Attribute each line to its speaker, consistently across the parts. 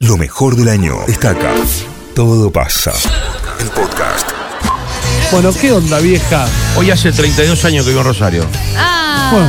Speaker 1: Lo mejor del año está acá. Todo pasa. El podcast.
Speaker 2: Bueno, ¿qué onda, vieja?
Speaker 3: Hoy hace 32 años que vivo en Rosario.
Speaker 4: Ah,
Speaker 2: Bueno,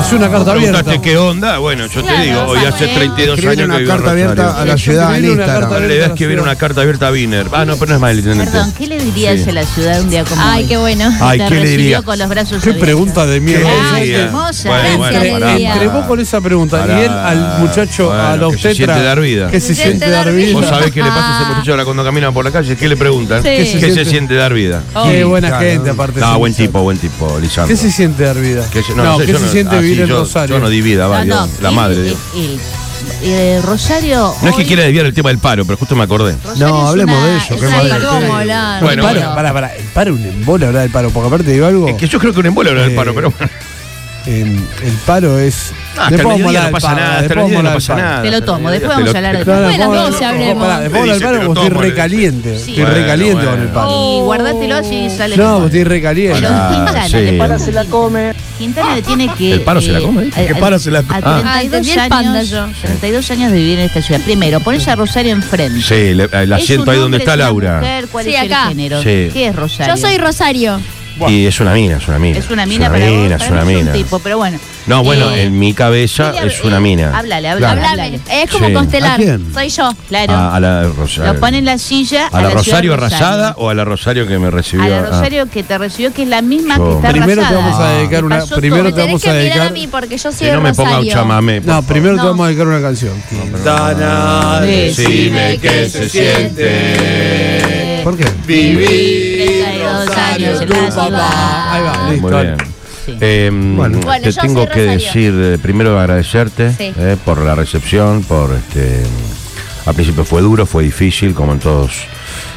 Speaker 2: hace una carta abierta.
Speaker 3: ¿Preguntaste qué onda? Bueno, yo
Speaker 5: Claro,
Speaker 3: te digo, hoy
Speaker 5: está
Speaker 3: hace
Speaker 5: bien.
Speaker 3: 32 años
Speaker 6: Escribir
Speaker 3: que
Speaker 6: una
Speaker 3: vivo en
Speaker 6: carta
Speaker 3: Rosario.
Speaker 6: abierta a la
Speaker 2: Sí,
Speaker 6: ciudad en
Speaker 2: escribir una carta
Speaker 6: Instagram.
Speaker 3: Ahora le das que viene una carta abierta a Wiener. Ah, no, pero no es más el intendente.
Speaker 4: Perdón, ¿qué le dirías
Speaker 3: Sí.
Speaker 4: a la ciudad un día como
Speaker 5: Ay,
Speaker 4: hoy?
Speaker 5: qué bueno.
Speaker 3: Ay,
Speaker 4: Te
Speaker 3: ¿qué le
Speaker 4: recibió
Speaker 3: diría?
Speaker 4: con los brazos
Speaker 2: Qué
Speaker 4: abiertos.
Speaker 2: pregunta de mierda.
Speaker 4: Ay,
Speaker 3: Sí,
Speaker 4: qué
Speaker 3: eh.
Speaker 4: hermosa.
Speaker 3: Bueno,
Speaker 5: Gracias,
Speaker 3: bueno, pará.
Speaker 5: Alegría.
Speaker 2: Entré vos con esa pregunta y él al muchacho,
Speaker 3: Bueno,
Speaker 2: a la
Speaker 3: que se siente
Speaker 2: obstetra,
Speaker 3: dar vida.
Speaker 2: que se siente dar vida.
Speaker 3: Vos sabés qué le pasa a
Speaker 4: Ah.
Speaker 3: ese muchacho ahora cuando camina por la calle. ¿Qué le preguntan?
Speaker 5: Sí.
Speaker 3: ¿Qué, se,
Speaker 2: siente? Ah,
Speaker 3: siente dar vida?
Speaker 2: Qué buena
Speaker 6: Claro.
Speaker 2: gente, aparte.
Speaker 3: No,
Speaker 2: ese
Speaker 3: buen
Speaker 2: muchacho.
Speaker 3: tipo, buen tipo,
Speaker 2: ¿Qué
Speaker 3: Lisandro.
Speaker 2: se siente dar vida?
Speaker 3: Que se-
Speaker 2: no,
Speaker 3: sé,
Speaker 2: ¿qué
Speaker 3: yo
Speaker 2: se siente
Speaker 3: ah, sí,
Speaker 2: vivir en
Speaker 3: yo,
Speaker 2: Rosario?
Speaker 3: Yo no di vida, va,
Speaker 4: No, no,
Speaker 3: Dios, la
Speaker 4: él-
Speaker 3: madre.
Speaker 4: él-
Speaker 3: Dios.
Speaker 4: él- eh, Rosario.
Speaker 3: No es que
Speaker 4: hoy-
Speaker 3: quiera desviar el tema del paro, pero justo me acordé.
Speaker 4: Rosario
Speaker 6: No,
Speaker 4: es
Speaker 6: hablemos
Speaker 4: una-
Speaker 6: de eso,
Speaker 4: es
Speaker 6: qué
Speaker 4: una
Speaker 6: mal.
Speaker 4: alegría.
Speaker 5: ¿Cómo hablar?
Speaker 2: El
Speaker 3: Bueno,
Speaker 2: paro,
Speaker 3: bueno.
Speaker 2: Pará, pará, el paro es un embole hablar del paro, porque aparte digo algo,
Speaker 3: Es que yo creo que un embolo era el
Speaker 2: Eh,
Speaker 3: paro, pero bueno.
Speaker 2: em, el paro es...
Speaker 3: Ah, hasta el
Speaker 2: Después vamos a
Speaker 3: mediodía
Speaker 2: hablar
Speaker 3: no
Speaker 2: del
Speaker 3: pasa
Speaker 2: paro,
Speaker 3: nada, hasta el
Speaker 2: después
Speaker 3: mediodía
Speaker 2: vamos
Speaker 3: no
Speaker 2: a
Speaker 3: pasa
Speaker 2: hablar del
Speaker 3: nada.
Speaker 4: Te lo tomo, después
Speaker 3: Te lo-
Speaker 4: vamos a hablar de
Speaker 2: paro.
Speaker 4: paro.
Speaker 2: No, no,
Speaker 5: Después de las
Speaker 2: vamos a hablar-
Speaker 5: 12 hablemos.
Speaker 2: pará, Después
Speaker 3: Te
Speaker 2: vamos a hablar del
Speaker 3: dice,
Speaker 2: paro,
Speaker 3: te lo
Speaker 2: porque
Speaker 3: tomo,
Speaker 2: estoy
Speaker 3: le dice.
Speaker 2: recaliente.
Speaker 4: Sí.
Speaker 2: Estoy
Speaker 3: Bueno,
Speaker 2: recaliente con
Speaker 3: bueno.
Speaker 2: el paro.
Speaker 4: Y guardátelo así sale.
Speaker 2: No,
Speaker 4: mejor.
Speaker 2: estoy
Speaker 4: Pero
Speaker 2: recaliente.
Speaker 3: Pará.
Speaker 4: Quintana,
Speaker 3: sí.
Speaker 4: le paro se la come. Quintana le tiene que.
Speaker 3: ¿El paro se la come?
Speaker 4: a-
Speaker 3: ¿Qué
Speaker 4: a-
Speaker 3: paro se la come?
Speaker 4: A
Speaker 3: Ah.
Speaker 4: 32
Speaker 5: Ah, entendí el
Speaker 4: años,
Speaker 5: panda yo.
Speaker 4: 32 años de vivir en esta ciudad. Primero, pones a Rosario enfrente.
Speaker 3: Sí, le- el
Speaker 4: ¿Es
Speaker 3: asiento
Speaker 4: un
Speaker 3: ahí donde
Speaker 4: hombre,
Speaker 3: está
Speaker 4: es una
Speaker 3: Laura.
Speaker 4: mujer? ¿Cuál
Speaker 5: Sí,
Speaker 4: es el
Speaker 5: acá.
Speaker 4: género?
Speaker 3: Sí.
Speaker 4: ¿Qué es Rosario?
Speaker 5: Yo soy Rosario.
Speaker 3: Y es una mina, es una mina.
Speaker 4: Es una mina para vos,
Speaker 3: mina, es
Speaker 4: para
Speaker 3: una
Speaker 4: mí
Speaker 3: mina.
Speaker 4: un tipo, pero bueno.
Speaker 3: No, bueno,
Speaker 4: Eh,
Speaker 3: en mi cabeza
Speaker 4: Dile,
Speaker 3: es
Speaker 4: eh,
Speaker 3: una mina.
Speaker 4: Háblale,
Speaker 3: Claro.
Speaker 4: háblale.
Speaker 5: Hablame.
Speaker 4: háblale.
Speaker 5: Es como
Speaker 3: Sí.
Speaker 5: constelar.
Speaker 6: ¿A quién?
Speaker 5: Soy yo.
Speaker 4: Claro.
Speaker 3: A, a la Rosario.
Speaker 4: Lo pone en la silla.
Speaker 3: ¿A la Rosario
Speaker 4: ciudad de
Speaker 3: arrasada o a la Rosario que me recibió?
Speaker 4: A la
Speaker 3: Ah.
Speaker 4: Rosario que te recibió, que es la misma
Speaker 3: Yo.
Speaker 4: que está
Speaker 2: Primero te
Speaker 4: arrasada.
Speaker 2: vamos a
Speaker 6: Ah.
Speaker 2: dedicar una...
Speaker 4: Pasó todo.
Speaker 2: Primero te
Speaker 4: Tenés
Speaker 5: Tenés
Speaker 2: vamos
Speaker 5: que
Speaker 2: a
Speaker 5: mirar a
Speaker 2: dedicar...
Speaker 5: mí porque yo soy
Speaker 3: Que no me ponga un
Speaker 5: Rosario.
Speaker 3: chamamé. por
Speaker 2: No,
Speaker 3: favor.
Speaker 2: primero te
Speaker 5: No.
Speaker 2: vamos a dedicar una canción.
Speaker 3: Quintana,
Speaker 4: decime
Speaker 3: qué se siente.
Speaker 6: ¿Por qué?
Speaker 4: Cerca de dos años en la ciudad.
Speaker 2: Ahí va, listo.
Speaker 3: Ah, Muy bien.
Speaker 4: Sí.
Speaker 3: Eh,
Speaker 6: Bueno.
Speaker 5: Bueno,
Speaker 3: te
Speaker 5: yo
Speaker 3: tengo
Speaker 5: soy
Speaker 3: que
Speaker 5: Rosario.
Speaker 3: decir, eh, primero agradecerte
Speaker 5: Sí.
Speaker 3: eh, por la recepción, por este. Al principio fue duro, fue difícil, como en todos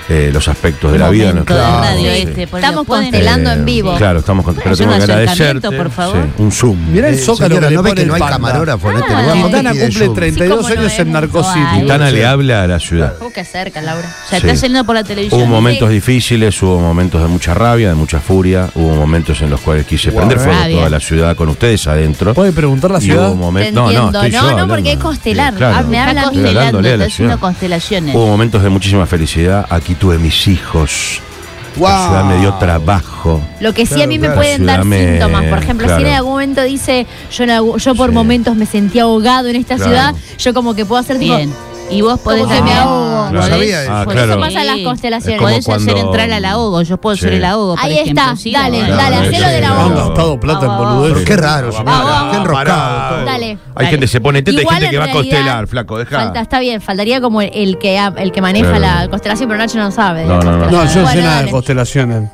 Speaker 3: eh, los aspectos de la vida. ¿no?
Speaker 4: Momento de
Speaker 3: Claro,
Speaker 4: radio
Speaker 3: sí.
Speaker 4: este, por
Speaker 5: Estamos
Speaker 4: lo pueden-
Speaker 3: Eh,
Speaker 5: constelando. Hablando en vivo.
Speaker 3: Claro, estamos con. Pero
Speaker 4: ¿Puedes
Speaker 3: tengo que
Speaker 4: hacer un
Speaker 3: agradecerte.
Speaker 4: acercamiento, por favor?
Speaker 3: un Zoom.
Speaker 2: Mirá el
Speaker 6: Eh,
Speaker 2: zócalo
Speaker 6: señora,
Speaker 2: que le
Speaker 6: ¿no ve
Speaker 2: pone
Speaker 6: que
Speaker 2: el
Speaker 6: no hay
Speaker 2: panda.
Speaker 6: camarógrafo en este lugar?
Speaker 2: Quintana
Speaker 6: Pide
Speaker 2: cumple
Speaker 6: zoom.
Speaker 2: 32
Speaker 5: Sí, cómo no
Speaker 2: años
Speaker 5: es,
Speaker 2: en Narcocity.
Speaker 4: Ay.
Speaker 3: Quintana le habla a la ciudad.
Speaker 5: Oh, qué cerca, Laura.
Speaker 4: O sea,
Speaker 3: Sí.
Speaker 4: está saliendo por la televisión.
Speaker 3: Hubo momentos difíciles, hubo momentos de mucha rabia, de mucha furia, hubo momentos en los cuales quise prender fuego
Speaker 4: Rabia.
Speaker 3: toda la ciudad con ustedes adentro.
Speaker 2: ¿Puede preguntar la
Speaker 3: Y hubo
Speaker 2: ciudad?
Speaker 3: un momen-
Speaker 5: Te
Speaker 3: No, no,
Speaker 5: entiendo.
Speaker 3: estoy
Speaker 5: No,
Speaker 3: yo
Speaker 5: no,
Speaker 3: hablando.
Speaker 5: porque es constelar.
Speaker 3: Sí, claro.
Speaker 5: Ah, me
Speaker 4: Está
Speaker 5: hablan-
Speaker 3: Estoy
Speaker 4: constelando,
Speaker 3: hablándole a la Oh.
Speaker 4: está haciendo
Speaker 3: ciudad.
Speaker 4: constelaciones.
Speaker 3: Hubo momentos de muchísima felicidad. Aquí tuve mis hijos. La
Speaker 6: Wow.
Speaker 3: ciudad me dio trabajo.
Speaker 5: Lo que sí a mí me
Speaker 6: Claro, claro.
Speaker 5: pueden dar
Speaker 3: Ayúdame,
Speaker 5: síntomas. Por ejemplo, si
Speaker 3: claro.
Speaker 5: en algún momento dice, yo, en algún- yo por
Speaker 3: Sí.
Speaker 5: momentos me sentí ahogado en esta
Speaker 3: Claro.
Speaker 5: ciudad, yo como que puedo hacer tipo,
Speaker 4: Bien. Y vos podés
Speaker 5: Como que
Speaker 4: también-
Speaker 5: me ahogo.
Speaker 6: No
Speaker 4: podés-
Speaker 6: sabía eso.
Speaker 3: Ah,
Speaker 4: podés-
Speaker 3: claro.
Speaker 5: Eso pasa en las
Speaker 4: Sí.
Speaker 5: constelaciones.
Speaker 3: Es como
Speaker 4: Podés hacer
Speaker 3: cuando-
Speaker 4: entrar al ahogo. Yo puedo
Speaker 3: Sí.
Speaker 4: ser el ahogo. por
Speaker 5: Ahí
Speaker 4: ejemplo,
Speaker 5: está,
Speaker 4: ¿sí?
Speaker 5: dale,
Speaker 4: Bueno.
Speaker 5: dale,
Speaker 3: Claro,
Speaker 5: hacelo de la
Speaker 3: claro.
Speaker 5: boca.
Speaker 2: Han gastado plata en boludeces.
Speaker 6: Pero qué raro,
Speaker 5: Vamos.
Speaker 6: señora. Qué enroscado. todo.
Speaker 5: Dale.
Speaker 3: Hay gente que se pone teta, hay
Speaker 5: Igual
Speaker 3: gente que
Speaker 5: en
Speaker 3: va a
Speaker 5: realidad,
Speaker 3: constelar, flaco, deja.
Speaker 5: Falta, está bien, faltaría como el, el que, ha- el que maneja
Speaker 3: Claro.
Speaker 5: la constelación, pero Nacho no sabe. de
Speaker 3: No,
Speaker 5: la
Speaker 3: no,
Speaker 2: No,
Speaker 3: no.
Speaker 2: yo
Speaker 5: constelación.
Speaker 2: no sé
Speaker 5: Bueno, Ah,
Speaker 2: nada
Speaker 5: dale.
Speaker 2: de constelaciones.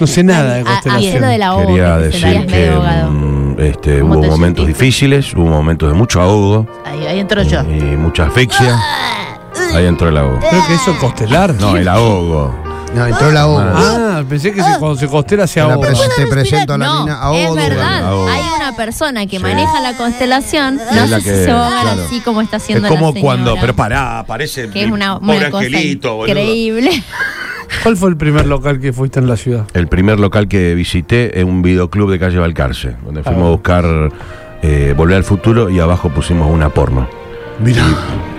Speaker 2: No sé nada de
Speaker 5: A- Hacelo de
Speaker 2: constelaciones.
Speaker 5: la ahogo.
Speaker 3: Quería
Speaker 5: que te
Speaker 3: decir
Speaker 5: sentías
Speaker 3: que
Speaker 5: medio ahogado.
Speaker 3: mm, este,
Speaker 4: ¿Cómo
Speaker 3: hubo
Speaker 4: te
Speaker 3: momentos
Speaker 4: sentiste?
Speaker 3: difíciles, hubo momentos de mucho ahogo
Speaker 4: Ahí, ahí entro yo.
Speaker 3: y mucha asfixia.
Speaker 5: Ah.
Speaker 3: Ahí entró el ahogo.
Speaker 2: Creo que eso es costelar.
Speaker 3: No, el ahogo.
Speaker 6: No, entró la obra.
Speaker 2: Ah, pensé que se- cuando se costela se
Speaker 6: Te la
Speaker 2: ahoga.
Speaker 6: presen- te presento a la
Speaker 5: No,
Speaker 6: mina. ahogo
Speaker 5: es
Speaker 6: dura.
Speaker 5: verdad.
Speaker 3: ahogo.
Speaker 5: Hay una persona que
Speaker 3: Sí.
Speaker 5: maneja la constelación.
Speaker 3: Es
Speaker 5: No
Speaker 3: la
Speaker 5: sé
Speaker 3: que-
Speaker 5: si se va a ahogar
Speaker 3: claro.
Speaker 5: así como está haciendo
Speaker 3: Es
Speaker 5: la
Speaker 3: como
Speaker 5: señora.
Speaker 3: cuando. Pero pará, parece.
Speaker 5: que es
Speaker 3: mi
Speaker 5: una,
Speaker 3: pobre
Speaker 5: una cosa
Speaker 3: angelito, boludo.
Speaker 5: increíble.
Speaker 2: ¿Cuál fue el primer local que fuiste en la ciudad?
Speaker 3: El primer local que visité es un videoclub de calle Valcarce, donde fuimos a
Speaker 2: Ah.
Speaker 3: buscar eh, Volver al Futuro y abajo pusimos una porno.
Speaker 6: Mirá.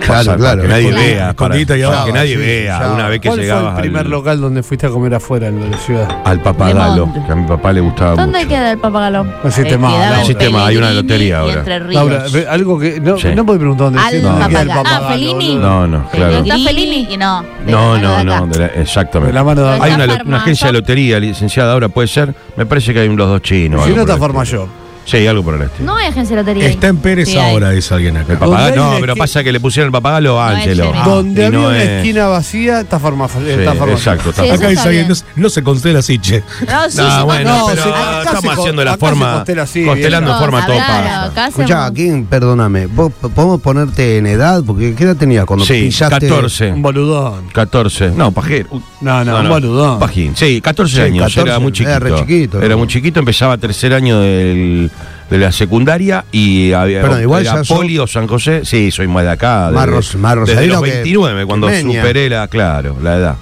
Speaker 3: Para-
Speaker 6: Claro, claro.
Speaker 3: Para que nadie
Speaker 5: Claro.
Speaker 3: vea. Para,
Speaker 6: Escondidita ahí
Speaker 3: para
Speaker 6: abajo,
Speaker 3: que nadie
Speaker 6: sí,
Speaker 3: vea
Speaker 6: ya.
Speaker 3: una vez que
Speaker 2: ¿Cuál fue
Speaker 3: llegabas
Speaker 2: el primer
Speaker 3: al,
Speaker 2: local donde fuiste a comer afuera en la ciudad?
Speaker 3: al papadalo,
Speaker 4: Lemón.
Speaker 3: que a mi papá le gustaba
Speaker 5: ¿Dónde
Speaker 3: mucho.
Speaker 5: queda el papagalón?
Speaker 2: No hiciste
Speaker 4: Eh,
Speaker 2: mal.
Speaker 4: quedaba
Speaker 2: Laura.
Speaker 3: El sistema, hay una
Speaker 4: Pellegrini
Speaker 3: lotería
Speaker 4: y
Speaker 3: ahora.
Speaker 4: Entre Ríos.
Speaker 2: Laura, ve- algo que. No,
Speaker 3: Sí.
Speaker 2: no puedes preguntar dónde
Speaker 4: Al
Speaker 2: sí, dónde queda el
Speaker 4: papagalo.
Speaker 2: papagalo,
Speaker 5: Ah, Fellini.
Speaker 2: boludo.
Speaker 3: No, no, claro.
Speaker 5: Pellegrini.
Speaker 4: ¿Está Fellini? Y no. de-
Speaker 3: No,
Speaker 4: algo de
Speaker 3: no,
Speaker 4: acá.
Speaker 3: no, de la-
Speaker 2: De la
Speaker 3: exactamente.
Speaker 2: mano de
Speaker 3: Hay una,
Speaker 5: Está
Speaker 3: lo- una agencia de
Speaker 5: Farmayo.
Speaker 3: lotería, licenciada, ahora puede ser. Me parece que hay un los dos chinos.
Speaker 2: Si
Speaker 3: algo
Speaker 2: no está
Speaker 3: por el
Speaker 2: forma
Speaker 3: estilo.
Speaker 2: yo.
Speaker 3: Sí, algo por el estilo.
Speaker 5: No hay agencia de lotería. ahí.
Speaker 6: en Pérez
Speaker 4: Sí, ahí.
Speaker 6: es alguien
Speaker 3: El
Speaker 6: acá.
Speaker 3: papagalo,
Speaker 2: ¿Dónde
Speaker 3: no,
Speaker 2: hay
Speaker 3: pero
Speaker 2: esqui-
Speaker 3: pasa que le pusieron el papagalo a
Speaker 4: No,
Speaker 3: Ángelo.
Speaker 4: Jeremy.
Speaker 3: Ah,
Speaker 2: Donde
Speaker 3: y
Speaker 2: había
Speaker 3: no
Speaker 2: una
Speaker 3: es-
Speaker 2: esquina vacía, está forma está
Speaker 3: Sí,
Speaker 2: Farmayo.
Speaker 3: Exacto, está
Speaker 5: Sí,
Speaker 3: Farmayo.
Speaker 5: Acá dice alguien, no se-
Speaker 6: se considera así, che.
Speaker 5: No, sí,
Speaker 3: No,
Speaker 5: sí,
Speaker 3: bueno,
Speaker 5: cuando-
Speaker 2: no,
Speaker 3: pero
Speaker 2: sí, acá se
Speaker 3: estamos
Speaker 2: co-
Speaker 3: haciendo la
Speaker 2: acá se
Speaker 3: forma.
Speaker 2: costela así,
Speaker 3: constelando
Speaker 5: eh.
Speaker 2: bien.
Speaker 3: en forma todo
Speaker 5: Claro,
Speaker 3: pasa.
Speaker 5: acá
Speaker 6: Escuchá,
Speaker 5: hacemos-
Speaker 6: ¿quién? Perdóname. ¿Vos p- podemos ponerte en edad? Porque ¿qué edad tenías cuando
Speaker 3: Sí,
Speaker 6: pisaste?
Speaker 3: 14.
Speaker 2: Un boludón.
Speaker 3: 14. No, pajero. Uh,
Speaker 2: No, no, un boludón.
Speaker 3: Pajín. Sí, 14
Speaker 6: Sí,
Speaker 3: años.
Speaker 6: 14,
Speaker 3: era muy chiquito.
Speaker 6: era re chiquito.
Speaker 3: Era muy chiquito. Empezaba tercer año del- de la secundaria y había.
Speaker 6: Pero igual
Speaker 3: era
Speaker 6: ya sos-
Speaker 3: Poli o San José. Sí, soy más de acá. de-
Speaker 6: Más ros- más
Speaker 3: desde
Speaker 6: rosarino
Speaker 3: los
Speaker 6: que-
Speaker 3: 29, cuando
Speaker 6: que meña.
Speaker 3: superé la, claro, la edad.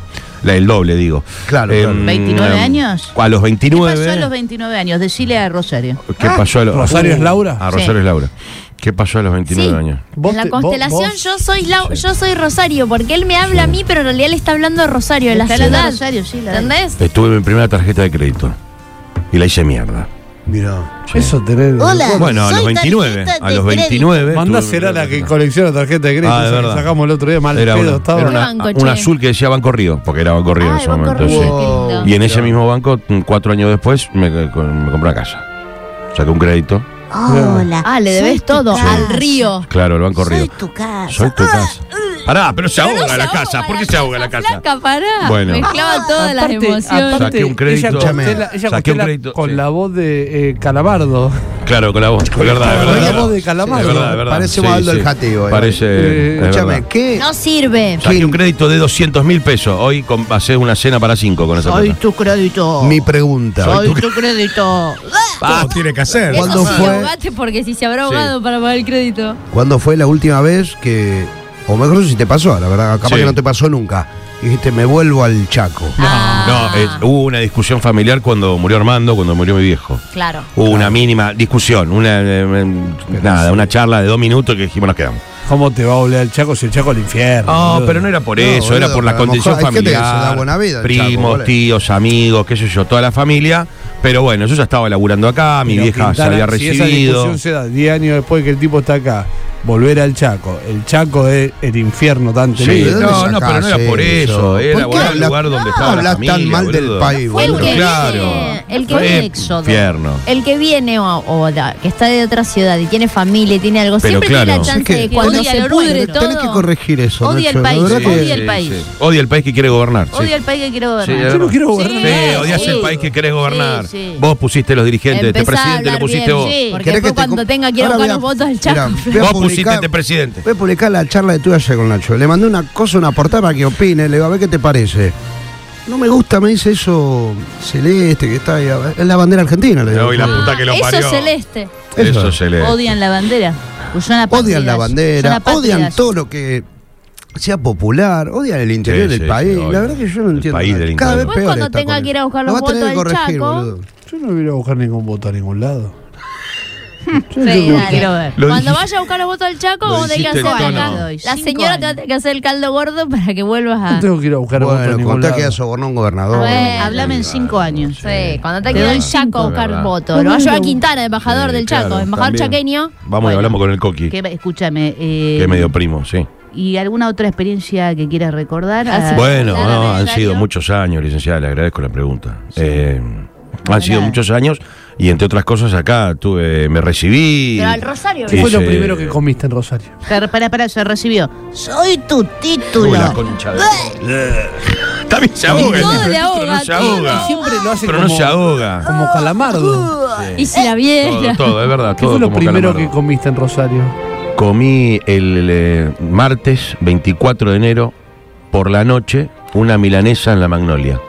Speaker 3: La, el doble, digo. Em,
Speaker 6: Claro, claro.
Speaker 4: ¿29 años?
Speaker 3: A los
Speaker 4: ¿Qué
Speaker 3: 29.
Speaker 4: pasó a los 29 años? Decile a Rosario.
Speaker 3: ¿Qué pasó a los-
Speaker 2: Ah, ¿Rosario es Laura?
Speaker 3: A Rosario
Speaker 4: Sí.
Speaker 3: es Laura. ¿Qué pasó a los 29
Speaker 5: Sí.
Speaker 3: años?
Speaker 2: Vos
Speaker 5: en la
Speaker 2: te- vos-
Speaker 5: constelación
Speaker 2: vos-
Speaker 5: yo soy Lau- yo soy Rosario, porque él me habla a mí, pero en realidad le está hablando de Rosario, de la
Speaker 4: Está hablando
Speaker 5: ciudad.
Speaker 4: de Rosario, sí, la de-
Speaker 5: ¿Entendés?
Speaker 3: Estuve en mi primera tarjeta de crédito y la hice mierda.
Speaker 2: Mirá, eso tener.
Speaker 4: Hola.
Speaker 3: Bueno, a los
Speaker 4: soy
Speaker 3: 29.
Speaker 4: tarjeta
Speaker 3: A
Speaker 4: de
Speaker 3: los
Speaker 4: crédito.
Speaker 3: 29.
Speaker 2: Mandá
Speaker 3: tuve mi
Speaker 2: será la
Speaker 3: primera
Speaker 2: que
Speaker 3: tarjeta.
Speaker 2: colecciona tarjeta de crédito.
Speaker 3: Ah, de
Speaker 2: esa que
Speaker 3: verdad.
Speaker 2: sacamos el otro día, mal
Speaker 3: Era,
Speaker 2: pedo
Speaker 3: una,
Speaker 2: estaba.
Speaker 3: era una-
Speaker 5: Banco,
Speaker 3: a- una
Speaker 5: che.
Speaker 3: azul que decía Banco Río, porque era Banco Río en
Speaker 5: Ay,
Speaker 3: ese
Speaker 5: Banco
Speaker 3: momento.
Speaker 5: Río,
Speaker 3: sí.
Speaker 5: qué lindo.
Speaker 3: Y en ese mismo banco, mm, cuatro años después, me, me compré una casa. Saqué un crédito.
Speaker 4: Hola.
Speaker 5: Ah, le debes
Speaker 4: soy tu
Speaker 5: todo
Speaker 4: casa.
Speaker 5: al río.
Speaker 3: Claro, el Banco Río.
Speaker 4: Soy tu casa.
Speaker 3: Soy tu casa. Pará, pero se
Speaker 5: Pero no
Speaker 3: ahoga
Speaker 5: se
Speaker 3: la
Speaker 5: ahoga
Speaker 3: casa. ¿Por qué se ahoga la casa?
Speaker 5: Flaca, pará.
Speaker 3: Bueno.
Speaker 4: Ah,
Speaker 5: Mezclaba todas las
Speaker 2: Aparte-
Speaker 5: emociones.
Speaker 2: aparte,
Speaker 3: Saqué un crédito.
Speaker 2: Ella
Speaker 3: Escúchame,
Speaker 2: constela- ella
Speaker 3: saqué un
Speaker 2: constela
Speaker 3: crédito,
Speaker 2: con
Speaker 3: sí.
Speaker 2: la voz de eh, Calamardo.
Speaker 3: Claro, con la voz. Es verdad, es
Speaker 2: Con
Speaker 3: verdad.
Speaker 2: la voz de
Speaker 3: Es
Speaker 2: Calamardo.
Speaker 3: verdad, es verdad.
Speaker 6: Parece Waldo el Jateo, eh.
Speaker 3: Parece.
Speaker 2: Eh,
Speaker 3: es
Speaker 6: Escúchame,
Speaker 3: verdad.
Speaker 6: ¿qué?
Speaker 5: No sirve.
Speaker 3: Saqué un crédito de 200 mil pesos. Hoy com- pasé una cena para cinco con esa
Speaker 4: Soy
Speaker 3: plata.
Speaker 4: tu crédito.
Speaker 6: Mi pregunta.
Speaker 4: Soy tu crédito.
Speaker 7: Todo tiene que hacer.
Speaker 6: ¿Cuándo
Speaker 5: Eso sí,
Speaker 6: fue?
Speaker 5: ahogate, porque si se habrá
Speaker 3: Sí.
Speaker 5: ahogado para pagar el crédito.
Speaker 6: ¿Cuándo fue la última vez que, o mejor no sé si te pasó, la verdad, capaz
Speaker 3: Sí.
Speaker 6: que no te pasó nunca, y dijiste, me vuelvo al Chaco?
Speaker 5: Ah,
Speaker 3: No, eh, hubo una discusión familiar cuando murió Armando, cuando murió mi viejo.
Speaker 5: Claro.
Speaker 3: Hubo una mínima discusión, una eh, eh, nada, una charla de dos minutos que dijimos nos quedamos.
Speaker 2: ¿Cómo te va a oler el Chaco si el Chaco al infierno?
Speaker 3: No,
Speaker 2: boludo?
Speaker 3: Ah, pero no era por
Speaker 6: No,
Speaker 3: eso, era
Speaker 6: boludo,
Speaker 3: por la
Speaker 6: pero a lo
Speaker 3: condición
Speaker 6: mejor hay gente que se
Speaker 3: familiar.
Speaker 6: da buena vida, el Chaco,
Speaker 3: primos,
Speaker 6: boludo.
Speaker 3: tíos, amigos, qué sé yo, toda la familia. Pero bueno, yo ya estaba laburando acá, mi
Speaker 2: Pero
Speaker 3: vieja se
Speaker 2: Quintana,
Speaker 3: había
Speaker 2: si esa
Speaker 3: recibido.
Speaker 2: discusión se da 10 años después que el tipo está acá, volver al Chaco. El Chaco es el infierno tan
Speaker 3: Sí,
Speaker 6: ¿De
Speaker 2: temido.
Speaker 6: dónde
Speaker 3: no, no,
Speaker 6: sacás
Speaker 3: pero no era por eso, era,
Speaker 6: ¿Por qué
Speaker 3: bueno, el
Speaker 6: hablas-
Speaker 3: lugar donde
Speaker 6: no
Speaker 3: estaba la
Speaker 6: hablas tan
Speaker 3: familia,
Speaker 6: mal
Speaker 3: boludo.
Speaker 6: del país,
Speaker 5: Fue el
Speaker 6: boludo?
Speaker 5: que
Speaker 3: Claro.
Speaker 5: viene, el que
Speaker 3: Fue
Speaker 5: viene éxodo.
Speaker 3: infierno.
Speaker 5: El que viene o, o da- que está de otra ciudad y tiene familia y tiene algo,
Speaker 3: Pero
Speaker 5: siempre
Speaker 3: claro.
Speaker 5: tiene la
Speaker 3: Es
Speaker 5: chance de
Speaker 6: que
Speaker 5: cuando
Speaker 4: odia
Speaker 5: se
Speaker 4: lo
Speaker 5: pudre
Speaker 4: nuestro.
Speaker 5: todo.
Speaker 6: Tenés que corregir eso,
Speaker 4: Odia el
Speaker 6: Nacho,
Speaker 4: país,
Speaker 6: la verdad que-
Speaker 4: odia el país.
Speaker 3: Odia el país que quiere gobernar. sí.
Speaker 4: Odio el país que quiero
Speaker 3: Sí, es
Speaker 4: gobernar.
Speaker 2: Yo no
Speaker 3: verdad.
Speaker 2: quiero gobernar.
Speaker 3: Sí, odias
Speaker 4: sí.
Speaker 3: el país que querés gobernar.
Speaker 4: Sí, sí.
Speaker 3: Vos pusiste los dirigentes, este
Speaker 5: Empezá a
Speaker 3: presidente lo
Speaker 5: hablar
Speaker 3: pusiste
Speaker 5: bien,
Speaker 3: vos.
Speaker 5: sí, Porque
Speaker 6: ¿Querés
Speaker 5: después
Speaker 6: que te
Speaker 5: cuando
Speaker 6: com-
Speaker 5: tenga que
Speaker 6: Ahora
Speaker 5: buscar
Speaker 6: voy a-
Speaker 5: los votos del Chaco.
Speaker 6: Mirá, voy a
Speaker 3: Vos
Speaker 6: publicar-
Speaker 3: pusiste este presidente.
Speaker 6: Voy a publicar la charla de tuya con Nacho. Le mandé una cosa, una portada para que opine. Le digo, a ver qué te parece. No me gusta, me dice eso celeste que está ahí. a ver, Es la bandera argentina, le digo.
Speaker 3: No, y la puta que lo
Speaker 5: Eso
Speaker 3: parió.
Speaker 5: es celeste.
Speaker 6: Eso.
Speaker 3: Eso se le.
Speaker 4: Odian la bandera. Pues son
Speaker 6: Odian la
Speaker 4: apátridas. Son
Speaker 6: bandera,
Speaker 4: apátridas.
Speaker 6: odian todo lo que sea popular, odian el interior
Speaker 3: Sí,
Speaker 6: del
Speaker 3: sí,
Speaker 6: país.
Speaker 3: sí, obvio.
Speaker 6: la verdad que yo no
Speaker 3: El
Speaker 6: entiendo.
Speaker 3: país
Speaker 6: nada.
Speaker 3: del interior.
Speaker 6: Cada vez
Speaker 5: Después
Speaker 6: peor
Speaker 5: cuando
Speaker 6: está
Speaker 5: tenga
Speaker 6: con
Speaker 5: que ir a
Speaker 6: esto.
Speaker 5: buscar
Speaker 6: Lo
Speaker 5: los
Speaker 6: vas a tener que
Speaker 5: votos del
Speaker 6: corregir,
Speaker 5: Chaco.
Speaker 6: boludo.
Speaker 2: Yo no voy a ir a buscar ningún voto a ningún lado.
Speaker 5: Sí, dale.
Speaker 4: quiero ver.
Speaker 3: Lo dijiste-
Speaker 5: Cuando vaya a buscar los votos del Chaco,
Speaker 3: lo
Speaker 5: vos tenés que
Speaker 3: dijiste
Speaker 5: hacer
Speaker 4: en
Speaker 5: acá.
Speaker 4: tono.
Speaker 5: La
Speaker 4: Cinco
Speaker 5: señora te va a
Speaker 4: años.
Speaker 5: tener que hacer el caldo gordo para que vuelvas
Speaker 2: No
Speaker 5: a.
Speaker 2: tengo que ir a buscar voto a
Speaker 6: Bueno,
Speaker 2: ningún
Speaker 6: contá que ya
Speaker 2: lado.
Speaker 6: sobornó un gobernador.
Speaker 5: Bueno.
Speaker 4: Hablame en cinco años.
Speaker 5: Sí, cuando te
Speaker 4: Te
Speaker 5: queda
Speaker 4: doy
Speaker 5: el Chaco a
Speaker 4: cinco.
Speaker 5: buscar
Speaker 3: Verdad.
Speaker 5: votos. Lo va a llevar Quintana, embajador
Speaker 3: Sí,
Speaker 5: del Chaco,
Speaker 3: claro,
Speaker 5: embajador
Speaker 3: también.
Speaker 5: chaqueño.
Speaker 3: Vamos y hablamos con el Coqui,
Speaker 4: Que- escúchame. eh,
Speaker 3: que es medio primo, sí.
Speaker 4: ¿Y alguna otra experiencia que quieras recordar?
Speaker 5: Así.
Speaker 4: Ah,
Speaker 3: Bueno,
Speaker 4: Sara
Speaker 3: no, han
Speaker 4: Belisario.
Speaker 3: sido muchos años, licenciada, le agradezco la pregunta. Eh, han sido
Speaker 4: nada.
Speaker 3: muchos años y entre otras cosas acá tuve, me recibí.
Speaker 5: Pero al Rosario,
Speaker 2: ¿Qué fue lo
Speaker 3: Hice-
Speaker 2: primero que comiste en Rosario?
Speaker 4: Pero, Pará, pará, se recibió. Soy tu título.
Speaker 3: Uy, la concha de- También se ahoga.
Speaker 5: todo
Speaker 3: el
Speaker 5: le
Speaker 3: tipo,
Speaker 5: ahoga,
Speaker 3: no se
Speaker 5: todo le
Speaker 3: ahoga.
Speaker 5: ahoga.
Speaker 2: Siempre lo hace
Speaker 3: Pero no
Speaker 2: como,
Speaker 3: se ahoga.
Speaker 2: como calamardo.
Speaker 5: Y si la
Speaker 3: Todo,
Speaker 5: viera.
Speaker 3: todo, es verdad.
Speaker 2: ¿Qué
Speaker 3: todo
Speaker 2: fue lo
Speaker 3: como
Speaker 2: primero que
Speaker 3: calamardo.
Speaker 2: comiste en Rosario?
Speaker 3: Comí el eh, martes 24 de enero por la noche una milanesa en la Magnolia.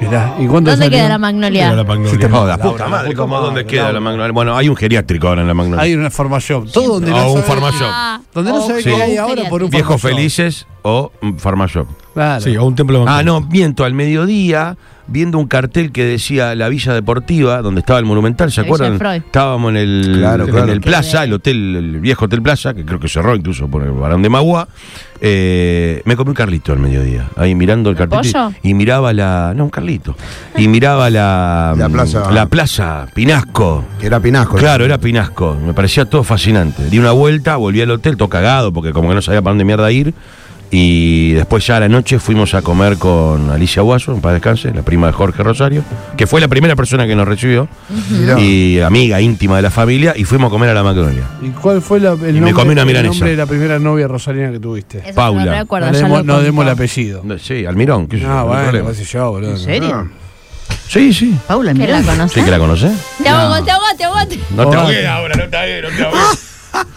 Speaker 2: Mirá, ¿y cuánto
Speaker 5: ¿Dónde
Speaker 2: salió?
Speaker 5: queda la magnolia?
Speaker 7: Pero la magnolia.
Speaker 2: Si te-
Speaker 3: No, la
Speaker 2: Laura,
Speaker 3: puta
Speaker 2: la
Speaker 3: madre,
Speaker 2: puta
Speaker 3: ¿cómo
Speaker 2: madre,
Speaker 3: dónde queda
Speaker 2: Laura.
Speaker 3: la Magnolia? Bueno, hay un geriátrico ahora en la Magnolia.
Speaker 2: Hay una farmashop. Todo donde no
Speaker 3: o un
Speaker 2: sabés-
Speaker 3: farmashop.
Speaker 2: Donde Ah, no
Speaker 4: O-
Speaker 2: sabés
Speaker 3: sí.
Speaker 2: qué hay
Speaker 4: o un
Speaker 2: ahora por un
Speaker 3: Viejos
Speaker 2: farmashop.
Speaker 3: felices o un farmashop.
Speaker 2: Claro.
Speaker 7: Sí, o un templo
Speaker 3: Ah, no, miento, al mediodía, viendo un cartel que decía la Villa Deportiva, donde estaba el Monumental, ¿se
Speaker 5: La Villa de
Speaker 3: acuerdan?
Speaker 5: Freud.
Speaker 3: Estábamos en el,
Speaker 6: Claro,
Speaker 3: en
Speaker 6: claro.
Speaker 3: el Plaza, el hotel, el viejo Hotel Plaza, que creo que cerró incluso por el Barón de Magua. Eh, me comí un carlito al mediodía, ahí mirando el
Speaker 5: ¿Un
Speaker 3: cartel.
Speaker 5: pollo?
Speaker 3: Y miraba la. No, un carlito. Y miraba la.
Speaker 6: La plaza.
Speaker 3: La plaza, Pinasco.
Speaker 6: Que Era Pinasco.
Speaker 3: Claro, era Pinasco. Me parecía todo fascinante. Di una vuelta, volví al hotel, todo cagado, porque como que no sabía para dónde mierda ir. Y después ya a la noche fuimos a comer con Alicia Guaso, en paz descanse, la prima de Jorge Rosario, que fue la primera persona que nos recibió,
Speaker 6: Mirá.
Speaker 3: y amiga íntima de la familia, y fuimos a comer a la Magnolia.
Speaker 2: ¿Y cuál fue la- el,
Speaker 3: Y me
Speaker 2: nombre,
Speaker 3: comí una
Speaker 2: el
Speaker 3: milanesa.
Speaker 2: nombre de la primera novia rosarina que tuviste?
Speaker 5: Eso
Speaker 3: Paula.
Speaker 5: No, recuerdo,
Speaker 2: no
Speaker 5: ya
Speaker 2: demos,
Speaker 5: lo
Speaker 2: no demos el
Speaker 5: contó.
Speaker 2: apellido.
Speaker 3: No, Sí, Almirón, qué sé yo, no
Speaker 2: Ah,
Speaker 3: hay
Speaker 2: bueno,
Speaker 3: problema.
Speaker 2: qué sé yo, boludo.
Speaker 4: ¿En serio?
Speaker 6: Ah.
Speaker 3: Sí, sí.
Speaker 4: Paula,
Speaker 5: ¿Que
Speaker 4: mira.
Speaker 5: la
Speaker 3: ¿Sí
Speaker 5: conocés?
Speaker 3: que la conocés?
Speaker 5: Te ahogo, te ahogo, te ahogo. te-
Speaker 3: No te
Speaker 2: Hola.
Speaker 3: ahogué ahora, no te ahogué, no te ahogué.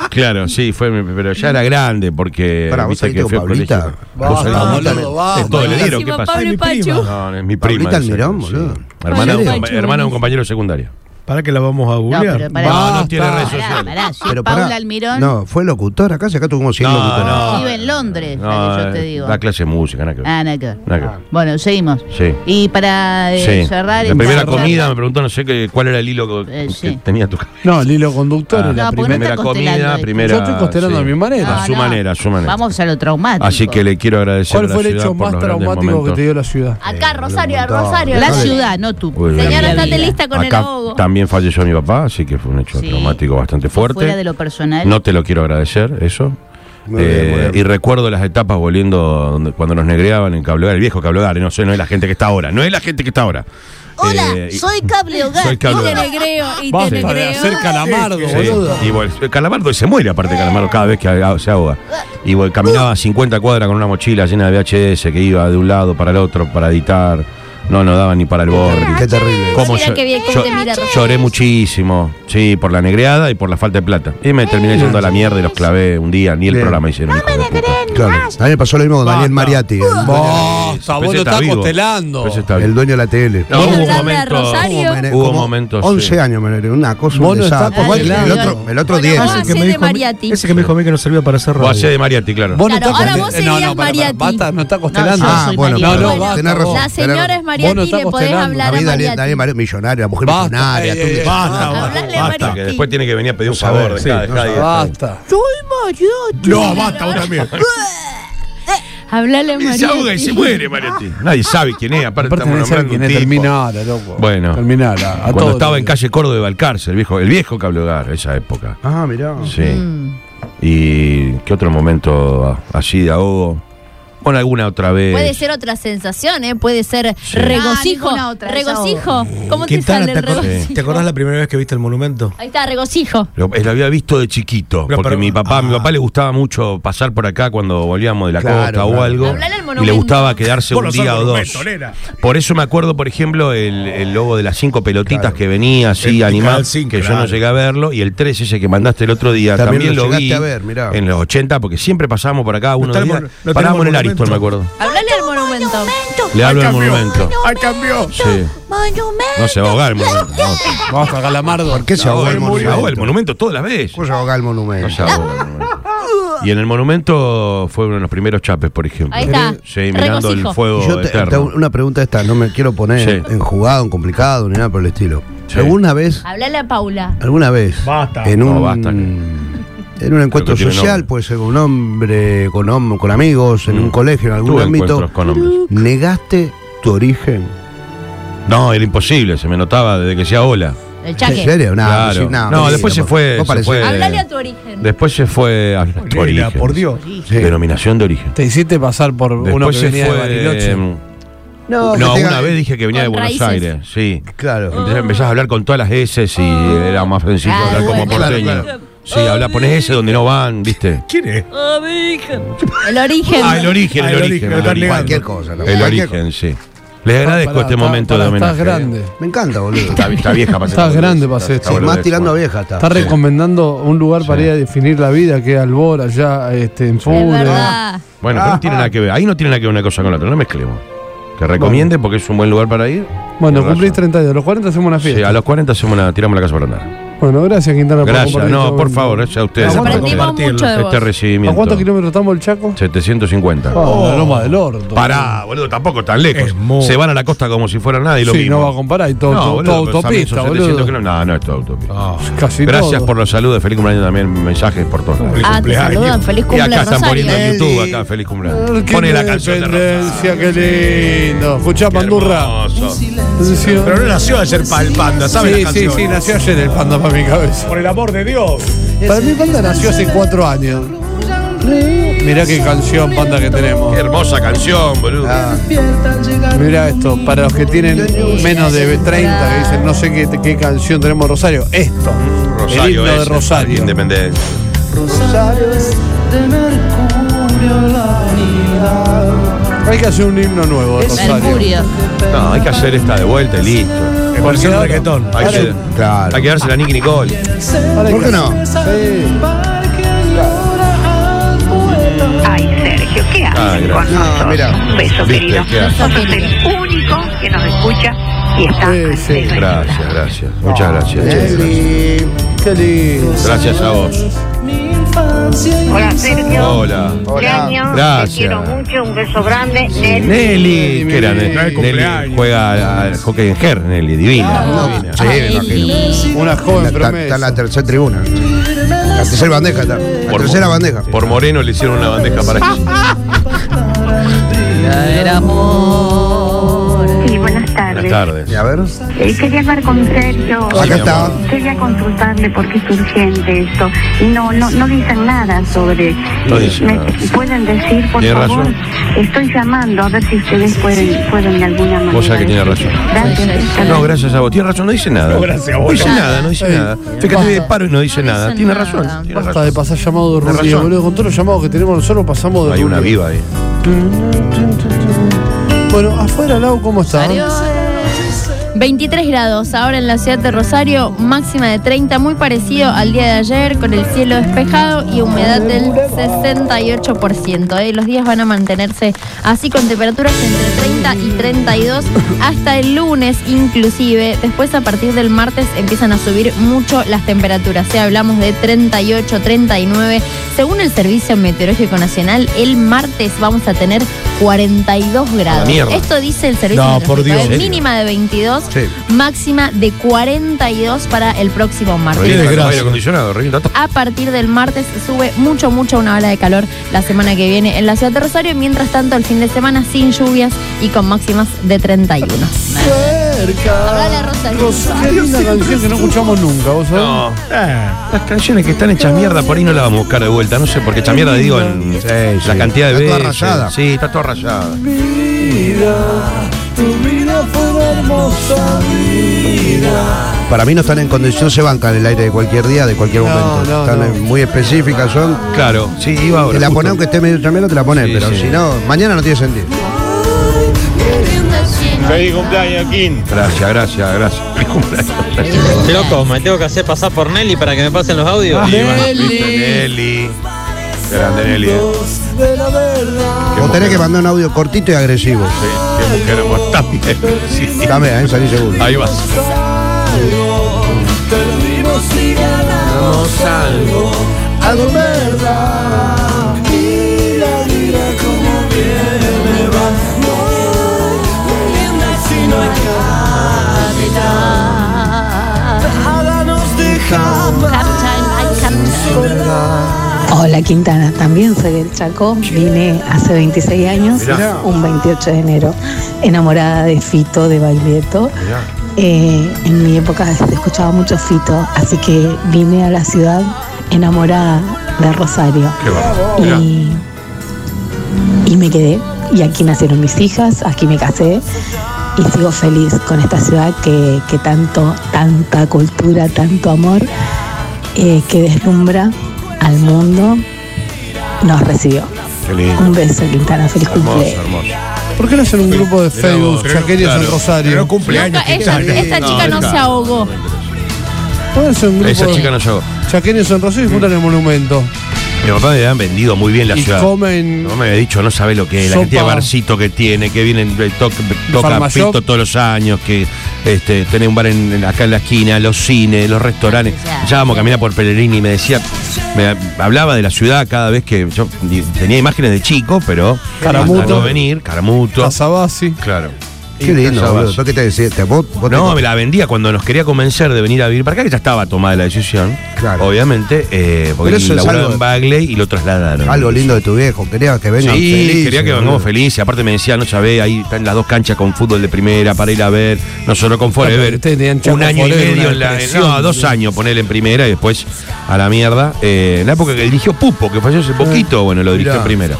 Speaker 3: Claro, sí, fue, mi- pero ya era grande porque.
Speaker 6: Pará, ¿vos
Speaker 3: viste
Speaker 6: saliste
Speaker 3: que
Speaker 6: con
Speaker 3: fui al
Speaker 6: Pablita?
Speaker 3: colegio.
Speaker 2: Vos
Speaker 3: Vos saliste-
Speaker 2: saliste-
Speaker 3: Todo
Speaker 2: vamos,
Speaker 3: le dieron, ¿qué
Speaker 5: Encima
Speaker 3: pasa?
Speaker 5: Pablo y
Speaker 7: Ay, mi
Speaker 5: Pachu.
Speaker 7: prima.
Speaker 3: No, es mi prima.
Speaker 6: Pablita
Speaker 3: esa,
Speaker 6: Almirón,
Speaker 3: sí.
Speaker 6: boludo.
Speaker 3: Hermana, de un
Speaker 6: Pachu,
Speaker 3: compa- hermana de un compañero secundario.
Speaker 7: Para que la vamos a
Speaker 4: No,
Speaker 7: googlear.
Speaker 4: pero pará.
Speaker 3: No, no tiene redes
Speaker 4: Pará,
Speaker 3: sociales.
Speaker 4: pará, si es
Speaker 6: Pero
Speaker 4: Paula
Speaker 6: pará.
Speaker 4: Almirón
Speaker 6: No, fue locutora casi, acá tuvimos 100
Speaker 3: No,
Speaker 6: locutores.
Speaker 3: Ah, no.
Speaker 4: vive en Londres, la que yo te
Speaker 3: eh,
Speaker 4: digo.
Speaker 3: Da clase de música, nada que ver.
Speaker 4: Ah, nada que ver.
Speaker 3: Nada que ver.
Speaker 4: Bueno, seguimos.
Speaker 3: Sí.
Speaker 4: Y para eh,
Speaker 3: Sí.
Speaker 4: cerrar...
Speaker 3: La
Speaker 4: en-
Speaker 3: primera
Speaker 4: cerrar-
Speaker 3: comida me preguntó, no sé qué, cuál era el hilo que,
Speaker 4: Eh,
Speaker 3: que
Speaker 4: sí.
Speaker 3: tenía tu cabeza.
Speaker 2: No, el hilo conductor
Speaker 3: Ah,
Speaker 2: es la
Speaker 4: no, porque
Speaker 2: primera.
Speaker 3: Primera
Speaker 4: está constelando
Speaker 3: comida,
Speaker 4: esto.
Speaker 3: primera.
Speaker 2: Yo estoy constelando a mi manera.
Speaker 3: A su
Speaker 4: No, no.
Speaker 3: manera, a su manera.
Speaker 4: Vamos a lo traumático.
Speaker 3: Así que le quiero agradecer
Speaker 2: ¿Cuál
Speaker 3: a la
Speaker 2: fue el
Speaker 3: ciudad
Speaker 2: hecho
Speaker 3: por
Speaker 2: más
Speaker 3: los grandes
Speaker 2: traumático que
Speaker 3: momentos.
Speaker 2: te dio la ciudad?
Speaker 3: Eh,
Speaker 5: Acá, Rosario,
Speaker 6: montón.
Speaker 5: Rosario.
Speaker 4: La
Speaker 5: Rosario.
Speaker 4: ciudad, no tú.
Speaker 3: Uy, bien,
Speaker 5: Señora,
Speaker 3: bien.
Speaker 5: estate lista con el
Speaker 3: Acá
Speaker 5: ahogo.
Speaker 3: también falleció mi papá, así que fue un hecho
Speaker 4: Sí.
Speaker 3: traumático bastante
Speaker 4: Fuera de
Speaker 3: fuerte.
Speaker 4: lo personal.
Speaker 3: No te lo quiero agradecer, eso.
Speaker 6: Ah, Muy bien,
Speaker 3: Eh,
Speaker 6: muy bien.
Speaker 3: y recuerdo las etapas volviendo donde- cuando nos negreaban en Cablegar, el viejo Cablegar, y no sé, no es la gente que está ahora, no es la gente que está ahora. Eh, y-
Speaker 5: cable hogar.
Speaker 3: Soy Cable
Speaker 5: y te
Speaker 3: Hogar.
Speaker 5: negreo, y
Speaker 2: Basta
Speaker 5: te
Speaker 2: de
Speaker 5: negreo.
Speaker 2: hacer calamardo,
Speaker 3: Sí,
Speaker 2: boludo.
Speaker 3: y bueno, el Calamardo se muere aparte de Calamardo cada vez que haga- se ahoga. Y bueno,
Speaker 6: Uh.
Speaker 3: caminaba 50 cuadras con una mochila llena de VHS que iba de un lado para el otro para editar. No nos daba ni para el borde.
Speaker 6: Qué terrible.
Speaker 3: Cómo
Speaker 5: Mira
Speaker 3: llo-
Speaker 5: qué bien que
Speaker 3: llo-
Speaker 5: te mira, Rosario.
Speaker 3: lloré muchísimo, sí, por la negreada y por la falta de plata. Y me terminé yendo a la mierda y los clavé un día, ni el
Speaker 6: Bien.
Speaker 3: programa hicieron. hijo de puta.
Speaker 6: Claro. A mí me pasó lo mismo con Daniel Mariatti, el,
Speaker 2: Basta, vos
Speaker 3: Pero ese
Speaker 2: lo
Speaker 3: está
Speaker 2: estás
Speaker 3: vivo.
Speaker 2: constelando.
Speaker 3: Pero ese está
Speaker 6: el
Speaker 3: vivo.
Speaker 6: dueño de la tele.
Speaker 3: No, hubo un
Speaker 5: Hablarle a
Speaker 3: momento.
Speaker 5: Rosario.
Speaker 6: Como mene-
Speaker 3: Hubo
Speaker 6: como
Speaker 3: momentos,
Speaker 6: 11
Speaker 3: sí.
Speaker 6: años, me una cosa, un
Speaker 2: Vos no estás
Speaker 6: desastre.
Speaker 2: congelado.
Speaker 6: el otro, el otro Ah,
Speaker 5: Bueno,
Speaker 6: día.
Speaker 5: vos hacés
Speaker 7: me
Speaker 5: de
Speaker 7: dijo a mí-
Speaker 5: Mariati.
Speaker 7: Ese que me dijo a mí que no servía para hacer radio.
Speaker 3: Vos hacés de Mariati, claro.
Speaker 2: Vos no
Speaker 5: Claro,
Speaker 2: estás
Speaker 5: ahora
Speaker 2: constel-
Speaker 5: vos
Speaker 2: no,
Speaker 5: seguías
Speaker 2: no, pará, pará,
Speaker 5: Mariatti.
Speaker 2: basta, no estás constelando.
Speaker 4: yo
Speaker 6: Ah,
Speaker 4: soy
Speaker 6: bueno,
Speaker 2: No,
Speaker 4: Mariati.
Speaker 2: no,
Speaker 6: perdón,
Speaker 2: basta,
Speaker 6: tenés razón.
Speaker 5: La señora es Mariati
Speaker 2: Vos no
Speaker 5: y le
Speaker 2: estás
Speaker 5: podés
Speaker 2: constelando.
Speaker 6: A
Speaker 5: hablar a
Speaker 6: mí Daniel, Daniel
Speaker 5: Mariati.
Speaker 6: Mariatti, millonario, la mujer
Speaker 2: Basta,
Speaker 6: millonaria.
Speaker 2: eh,
Speaker 6: tú-
Speaker 2: eh,
Speaker 6: basta,
Speaker 2: eh,
Speaker 6: basta.
Speaker 5: Hablarle a
Speaker 3: Ah, Basta, que
Speaker 5: Mariati.
Speaker 3: después tiene que venir a pedir un
Speaker 6: No saber,
Speaker 3: favor.
Speaker 6: sí,
Speaker 3: dejá,
Speaker 6: no
Speaker 3: dejá, dejá.
Speaker 2: Ah, Basta.
Speaker 6: No, basta, vos también.
Speaker 5: Hablale a
Speaker 3: Se ahoga y se
Speaker 5: Mariati.
Speaker 3: muere Mariati. Nadie sabe quién es, aparte
Speaker 2: Aparte
Speaker 3: estamos
Speaker 2: no saben
Speaker 3: nombrando
Speaker 2: quién
Speaker 3: un
Speaker 2: es,
Speaker 3: tipo.
Speaker 2: terminala, loco.
Speaker 3: Bueno.
Speaker 2: Terminala. a
Speaker 3: Cuando
Speaker 2: todos. eh.
Speaker 3: estaba en calle Córdoba de Balcarce, el viejo, el viejo Cablegar, esa época.
Speaker 6: Ah, mirá.
Speaker 3: Sí.
Speaker 4: Mm.
Speaker 3: ¿Y qué otro momento así de ahogo? Bueno, alguna otra
Speaker 7: Eh.
Speaker 3: vez.
Speaker 5: Puede ser otra sensación, ¿eh? Puede ser
Speaker 3: Sí.
Speaker 5: regocijo.
Speaker 4: Ah, ninguna otra, esa
Speaker 5: regocijo. ¿Cómo te
Speaker 7: Quintana,
Speaker 5: sale
Speaker 7: ¿te,
Speaker 5: el
Speaker 7: acor- eh,
Speaker 5: regocijo?
Speaker 7: ¿te acordás la primera vez que viste el monumento?
Speaker 5: Ahí está, regocijo.
Speaker 3: Lo, eh, lo había visto de chiquito,
Speaker 7: Pero,
Speaker 3: porque
Speaker 7: pero-
Speaker 3: mi papá,
Speaker 7: ah.
Speaker 3: mi papá le gustaba mucho pasar por acá cuando volvíamos de la
Speaker 6: Claro,
Speaker 3: costa o
Speaker 6: claro.
Speaker 3: algo.
Speaker 5: Hablale
Speaker 3: Y
Speaker 5: al
Speaker 3: le
Speaker 5: monumento.
Speaker 3: gustaba quedarse
Speaker 7: Vos
Speaker 3: un
Speaker 7: no sos
Speaker 3: día o dos.
Speaker 7: monumento, nena.
Speaker 3: Por eso me acuerdo, por ejemplo, el, el logo de las cinco pelotitas
Speaker 6: Claro.
Speaker 3: que venía así
Speaker 7: El
Speaker 3: animado,
Speaker 7: Canal cinco,
Speaker 3: que yo
Speaker 7: claro.
Speaker 3: no llegué a verlo, y el 3 ese que mandaste el otro día, también,
Speaker 6: También lo
Speaker 3: vi
Speaker 6: llegaste a ver, mirá.
Speaker 3: en los 80, porque siempre pasábamos por acá, uno de
Speaker 7: tenemos-
Speaker 3: día.
Speaker 7: no
Speaker 3: Parábamos
Speaker 7: tenemos
Speaker 3: en el Ariston, me
Speaker 7: monumento.
Speaker 3: acuerdo.
Speaker 5: Hablale al monumento.
Speaker 3: Le hablo al monumento.
Speaker 7: ¡Ah, cambió!
Speaker 3: Sí. No se va a ahogar el monumento. no.
Speaker 2: Vamos a calamardo.
Speaker 6: ¿Por qué se
Speaker 3: Se ahoga
Speaker 6: ahogó
Speaker 3: el
Speaker 6: el
Speaker 3: monumento. Se ahoga el
Speaker 6: monumento?
Speaker 3: monumento todas las veces.
Speaker 6: ¿Cómo se ahogó el monumento?
Speaker 3: No se ahoga el monumento. Y en el monumento fue uno de los primeros chapes, por ejemplo.
Speaker 5: Ahí está.
Speaker 3: Sí, mirando
Speaker 5: Regocijo.
Speaker 3: el fuego
Speaker 6: Yo te- te hago
Speaker 3: eterno.
Speaker 6: una pregunta esta, no me quiero poner
Speaker 3: Sí.
Speaker 6: en jugado, en complicado, ni nada por el estilo.
Speaker 3: Sí.
Speaker 6: ¿Alguna vez,
Speaker 5: Hablale a Paula.
Speaker 6: alguna vez,
Speaker 7: Basta.
Speaker 6: en un,
Speaker 3: No, basta que-
Speaker 6: en un
Speaker 3: Creo que
Speaker 6: encuentro
Speaker 3: tiene
Speaker 6: social,
Speaker 3: nombre.
Speaker 6: puede ser con un hombre, con, hom- con amigos, en
Speaker 3: Mm.
Speaker 6: un colegio, en algún
Speaker 3: Tuve
Speaker 6: ámbito,
Speaker 3: encuentros con hombres.
Speaker 6: negaste tu origen?
Speaker 3: No, era imposible, se me notaba desde que sea hola.
Speaker 4: El chaque.
Speaker 6: ¿En serio? Nah,
Speaker 3: Claro.
Speaker 6: sí, nah,
Speaker 3: No,
Speaker 6: mentira,
Speaker 3: después se
Speaker 6: vos-
Speaker 3: fue-
Speaker 6: vos
Speaker 3: se
Speaker 6: parecés-
Speaker 3: fue-
Speaker 5: Hablale a tu origen.
Speaker 3: Después se fue a tu
Speaker 7: Nena,
Speaker 3: origen.
Speaker 7: por Dios.
Speaker 6: Sí.
Speaker 3: Denominación de origen.
Speaker 2: Te hiciste pasar por uno
Speaker 3: Después
Speaker 2: que
Speaker 3: se
Speaker 2: venía de
Speaker 3: fue.
Speaker 2: Bariloche.
Speaker 3: em,
Speaker 6: No,
Speaker 3: No,
Speaker 6: que tenga-
Speaker 3: una vez Ah. dije que venía de
Speaker 5: Con
Speaker 3: Buenos
Speaker 5: raíces.
Speaker 3: Aires, sí.
Speaker 6: Claro.
Speaker 3: Entonces empezás a hablar con todas las S y era más sencillo
Speaker 5: Ah,
Speaker 3: hablar como
Speaker 5: bueno.
Speaker 3: porteño.
Speaker 6: Claro,
Speaker 3: Sí, habla, pones S donde no van, ¿viste?
Speaker 7: ¿Quién es?
Speaker 5: El origen.
Speaker 3: Ah, el origen,
Speaker 7: Ah,
Speaker 3: el
Speaker 7: el origen,
Speaker 3: origen. el
Speaker 7: lo están
Speaker 3: origen.
Speaker 7: negando.
Speaker 6: Cualquier cosa. loco,
Speaker 3: El
Speaker 6: cualquier cosa.
Speaker 3: origen, sí. Les agradezco
Speaker 2: Pará,
Speaker 3: este
Speaker 2: pará,
Speaker 3: momento
Speaker 2: pará,
Speaker 3: de homenaje.
Speaker 2: Estás grande.
Speaker 6: Me encanta, boludo.
Speaker 3: Está, está vieja para
Speaker 2: Estás
Speaker 3: hacer
Speaker 2: grande
Speaker 3: boludez.
Speaker 2: para hacer
Speaker 3: Está
Speaker 6: Sí,
Speaker 3: boludez.
Speaker 6: más tirando a
Speaker 3: Bueno.
Speaker 6: vieja está.
Speaker 2: Estás recomendando un lugar para
Speaker 3: Sí.
Speaker 2: ir a definir la vida, que es Albor, allá este, en
Speaker 5: Es
Speaker 2: Fure.
Speaker 5: verdad.
Speaker 3: Bueno, pero no
Speaker 6: Ah,
Speaker 3: tiene nada que ver. Ahí no tiene nada que ver una cosa con la otra. No mezclemos. Que recomiende porque es un buen lugar para ir.
Speaker 2: Bueno,
Speaker 3: Tenés
Speaker 2: cumplís
Speaker 3: razón.
Speaker 2: 32, los 40 hacemos una fiesta.
Speaker 3: Sí, a los 40 hacemos una, tiramos la casa para andar.
Speaker 2: Bueno, gracias Quintana
Speaker 3: Gracias.
Speaker 2: compartir
Speaker 3: No,
Speaker 2: todo
Speaker 3: por
Speaker 2: el-
Speaker 3: favor, gracias a ustedes
Speaker 7: Nos
Speaker 3: por
Speaker 7: aprendimos
Speaker 5: Aprendimos
Speaker 7: compartirlo.
Speaker 5: mucho de vos.
Speaker 3: este recibimiento.
Speaker 2: ¿A cuántos kilómetros estamos el Chaco?
Speaker 3: 750.
Speaker 2: Oh, la loma del orto.
Speaker 3: Pará, boludo, tampoco tan lejos.
Speaker 7: Es muy-
Speaker 3: Se van a la costa como si fuera nada y lo
Speaker 2: sí,
Speaker 3: mismo.
Speaker 2: no va a comparar, y todo, todo-
Speaker 3: boludo,
Speaker 2: todo
Speaker 3: pero también son
Speaker 2: autopista,
Speaker 3: 700
Speaker 2: boludo.
Speaker 3: kilómetros. No, no es todo autopista.
Speaker 2: Casi
Speaker 3: Gracias
Speaker 2: todo.
Speaker 3: por los saludos, feliz cumpleaños también, mensajes por todos lados.
Speaker 5: Ah, te
Speaker 7: Cumpleaños.
Speaker 5: saludan. Feliz
Speaker 3: Y acá
Speaker 5: cumpleaños,
Speaker 3: están poniendo en
Speaker 5: Rosario.
Speaker 3: YouTube, acá, feliz cumpleaños.
Speaker 2: Qué
Speaker 3: Pone la canción de Rosario.
Speaker 2: independencia, qué lindo. Escuchá,
Speaker 3: Qué
Speaker 2: Pandurra.
Speaker 3: hermoso.
Speaker 2: Atención.
Speaker 7: Pero no nació ayer para el panda, ¿sabes?
Speaker 2: Sí,
Speaker 7: la
Speaker 2: sí,
Speaker 7: canción?
Speaker 2: sí, nació ayer el panda para mi cabeza.
Speaker 7: Por el amor de Dios.
Speaker 2: Para mí Panda nació hace cuatro años. Mirá qué canción Panda que tenemos.
Speaker 3: Qué hermosa canción, boludo.
Speaker 2: Ah, Mirá esto, para los que tienen menos de 30, que dicen no sé qué, qué canción tenemos Rosario,
Speaker 3: Mm,
Speaker 2: esto. el himno de
Speaker 3: es
Speaker 2: Rosario.
Speaker 3: Independencia.
Speaker 2: Hay que hacer un himno nuevo de Rosario.
Speaker 4: Mercurio.
Speaker 3: No, hay que hacer esta de vuelta y listo.
Speaker 7: En versión
Speaker 2: ahora-
Speaker 7: reggaetón.
Speaker 3: Hay que,
Speaker 6: Claro.
Speaker 3: hay que dársela a Nicky Nicole.
Speaker 2: Ahora hay
Speaker 6: ¿Por
Speaker 2: que-
Speaker 6: qué no?
Speaker 2: Sí.
Speaker 8: Ay, Sergio, ¿qué haces?
Speaker 3: Ah, gracias.
Speaker 8: cuando
Speaker 6: No,
Speaker 8: sos
Speaker 6: mira.
Speaker 8: Un beso,
Speaker 3: Viste,
Speaker 8: querido.
Speaker 3: ¿qué haces?
Speaker 8: Vos sos el único que nos escucha Y está
Speaker 2: Eh, sí.
Speaker 8: Andrés Bello.
Speaker 3: Gracias, gracias. Muchas gracias. che, gracias.
Speaker 2: Eli, qué lindo.
Speaker 3: Gracias a vos.
Speaker 8: Hola, Sergio.
Speaker 3: Hola.
Speaker 8: Cumpleaños.
Speaker 3: Gracias.
Speaker 8: Te quiero mucho. Un beso grande. Nelly.
Speaker 3: Nelly, ¿qué era?
Speaker 2: Nelly,
Speaker 3: Nelly,
Speaker 7: cumpleaños.
Speaker 3: juega al hockey en Ger, Nelly, divina. divina.
Speaker 6: Sí, me imagino.
Speaker 2: Una
Speaker 6: Está,
Speaker 2: joven
Speaker 6: está- está en la
Speaker 2: promesa.
Speaker 6: tercera tribuna. La tercera bandeja está. La tercera bandeja.
Speaker 3: Por Moreno le hicieron una bandeja
Speaker 8: Ah,
Speaker 3: para ella.
Speaker 4: Era el amor.
Speaker 8: Y buenas tardes.
Speaker 3: Buenas tardes.
Speaker 6: Y a ver.
Speaker 8: Eh, quería hablar con Sergio.
Speaker 6: Acá está.
Speaker 3: amor.
Speaker 8: Quería consultarle por qué es urgente esto. Y no, no, no dicen nada sobre. eh,
Speaker 3: No dicen
Speaker 8: Me-
Speaker 3: nada.
Speaker 8: ¿Pueden decir, por
Speaker 3: Tiene
Speaker 8: favor?
Speaker 3: razón.
Speaker 8: Estoy llamando a ver si ustedes pueden, pueden de alguna manera.
Speaker 3: Vos sabés que tiene razón.
Speaker 8: Gracias. hasta
Speaker 3: No,
Speaker 8: luego.
Speaker 3: gracias a vos. Tiene razón, no dice nada.
Speaker 7: No, gracias a vos.
Speaker 3: No dice nada, no dice nada. Fíjate de paro y no dice
Speaker 4: No
Speaker 3: nada.
Speaker 4: dice
Speaker 3: Tiene
Speaker 4: nada.
Speaker 3: razón. tiene
Speaker 2: Basta
Speaker 3: razón.
Speaker 2: de pasar llamado de
Speaker 3: Tenés
Speaker 2: ruido,
Speaker 3: razón.
Speaker 2: boludo. Con todos los llamados que tenemos nosotros pasamos de
Speaker 3: Hay una
Speaker 2: ruido.
Speaker 3: viva ahí.
Speaker 2: Bueno, afuera, Lau, ¿cómo está?
Speaker 4: Rosario.
Speaker 5: 23 grados ahora en la ciudad de Rosario, máxima de 30, muy parecido al día de ayer, con el cielo despejado y humedad del 68%. ¿eh? Los días van a mantenerse así con temperaturas entre 30 y 32 hasta el lunes inclusive. Después a partir del martes empiezan a subir mucho las temperaturas, ¿eh? hablamos de 38, 39. Según el Servicio Meteorológico Nacional, el martes vamos a tener 42 grados.
Speaker 3: mierda.
Speaker 5: Esto dice el Servicio
Speaker 7: No,
Speaker 5: Meteorológico
Speaker 7: por Dios.
Speaker 5: ¿eh?
Speaker 3: ¿En serio?
Speaker 5: Mínima de 22,
Speaker 6: Sí.
Speaker 5: máxima de 42 para el próximo martes.
Speaker 3: Revienta con
Speaker 7: desgracia.
Speaker 3: aire acondicionado, revienta todo.
Speaker 5: A partir del martes sube mucho, mucho una ola de calor la semana que viene en la ciudad de Rosario. Mientras tanto, el fin de semana sin lluvias y con máximas de 31. Hablale,
Speaker 2: Cerca.
Speaker 5: Rosario.
Speaker 2: Rosario, una canción que no escuchamos nunca, ¿vos sabés?
Speaker 3: No. Las canciones que están hechas mierda por ahí no las vamos a buscar de vuelta. No sé por qué hechas mierda, digo, en la cantidad de
Speaker 6: Está toda
Speaker 3: veces.
Speaker 6: rayada.
Speaker 3: Sí, está toda rayada.
Speaker 6: Para mí no están en condición, se bancan el aire de cualquier día, de cualquier
Speaker 2: No,
Speaker 6: momento.
Speaker 2: no,
Speaker 6: están
Speaker 2: no.
Speaker 6: eh, muy específicas, son.
Speaker 3: Claro, sí, iba ahora.
Speaker 6: Te la
Speaker 3: justo.
Speaker 6: pones aunque esté medio tremendo, te la pones,
Speaker 3: Sí,
Speaker 6: pero
Speaker 3: sí.
Speaker 6: si no, mañana no tiene sentido.
Speaker 7: Feliz cumpleaños, Kim.
Speaker 3: Gracias, gracias, gracias. Feliz cumpleaños.
Speaker 9: Che, loco, me tengo que hacer pasar por Nelly para que me pasen los audios.
Speaker 3: Y bueno, viste, Nelly. Grande Nelly. eh. Qué
Speaker 6: Vos tenés que
Speaker 3: mujer.
Speaker 6: mandar un audio cortito y agresivo.
Speaker 3: Sí, qué mujer hermosa. También. sí.
Speaker 6: Dame, ahí salí seguro.
Speaker 3: Ahí vas.
Speaker 10: Hola Quintana, también soy del Chaco, vine hace 26 años,
Speaker 3: Mirá.
Speaker 10: un 28 de enero, enamorada de Fito, de Baglietto.
Speaker 3: Mirá.
Speaker 10: Eh, en mi época se escuchaba mucho Fito, así que vine a la ciudad enamorada de Rosario
Speaker 3: Qué bárbaro. Mirá.
Speaker 10: y, y me quedé. Y aquí nacieron mis hijas, aquí me casé y sigo feliz con esta ciudad que, que tanto, tanta cultura, tanto amor, eh, que deslumbra al mundo, nos recibió.
Speaker 3: Qué lindo.
Speaker 10: Un beso, Quintana, feliz
Speaker 3: Hermoso,
Speaker 10: cumpleaños.
Speaker 3: hermoso.
Speaker 2: Ah, ¿Por qué no hacen un grupo de
Speaker 3: Mirá vos,
Speaker 2: Facebook,
Speaker 3: pero no,
Speaker 2: Chaquería San
Speaker 3: claro,
Speaker 2: Rosario?
Speaker 7: Pero cumpleaños.
Speaker 5: Nunca- ella- esta chica no se ahogó.
Speaker 2: ¿Pueden hacer un grupo
Speaker 3: Esa
Speaker 2: de
Speaker 3: chica no llegó.
Speaker 2: Chaquería San Rosario y juntan el monumento?
Speaker 3: Mi papá me han vendido muy bien la
Speaker 2: Y
Speaker 3: ciudad.
Speaker 2: comen-
Speaker 3: No me había dicho, no sabe lo que es, la
Speaker 2: Sopa.
Speaker 3: cantidad de barcito que tiene, que vienen, eh, toc- toca
Speaker 2: Farmashop.
Speaker 3: pito todos los años, que este, tiene un bar en- en- acá en la esquina, los cines, los restaurantes.
Speaker 5: Ya.
Speaker 3: Ya vamos a caminar por Pellegrini y me decía, me hablaba de la ciudad cada vez que yo ni- tenía imágenes de chico, pero
Speaker 2: Caramuto.
Speaker 3: hasta no venir, Caramuto.
Speaker 2: Casabasi.
Speaker 3: Claro.
Speaker 6: Qué lindo,
Speaker 3: Casabasi.
Speaker 6: boludo. ¿Yo qué te decía? ¿Te- vos- vos te-
Speaker 3: No, me la vendía cuando nos quería convencer de venir a vivir para acá, que ya estaba tomada la decisión.
Speaker 6: Claro.
Speaker 3: Obviamente, eh, porque
Speaker 6: Pero
Speaker 3: él
Speaker 6: eso es
Speaker 3: laburaba
Speaker 6: algo-
Speaker 3: en Bagley y lo trasladaron.
Speaker 6: Algo lindo de tu viejo. Quería que vengan
Speaker 3: Sí,
Speaker 6: felices,
Speaker 3: quería que
Speaker 6: boludo.
Speaker 3: vengamos felices. Aparte me decía, no sabés, ahí están las dos canchas con fútbol de primera para ir a ver, nosotros con Forever.
Speaker 2: Ah, Ustedes tenían Chaco
Speaker 3: un año
Speaker 2: Forever,
Speaker 3: y medio
Speaker 2: una
Speaker 3: en la. en-
Speaker 2: depresión.
Speaker 3: no, dos años poner en primera y después a la mierda. Eh, en la época que dirigió Pupo, que falló hace poquito, bueno, lo dirigió
Speaker 6: Ah, mirá.
Speaker 3: en primera.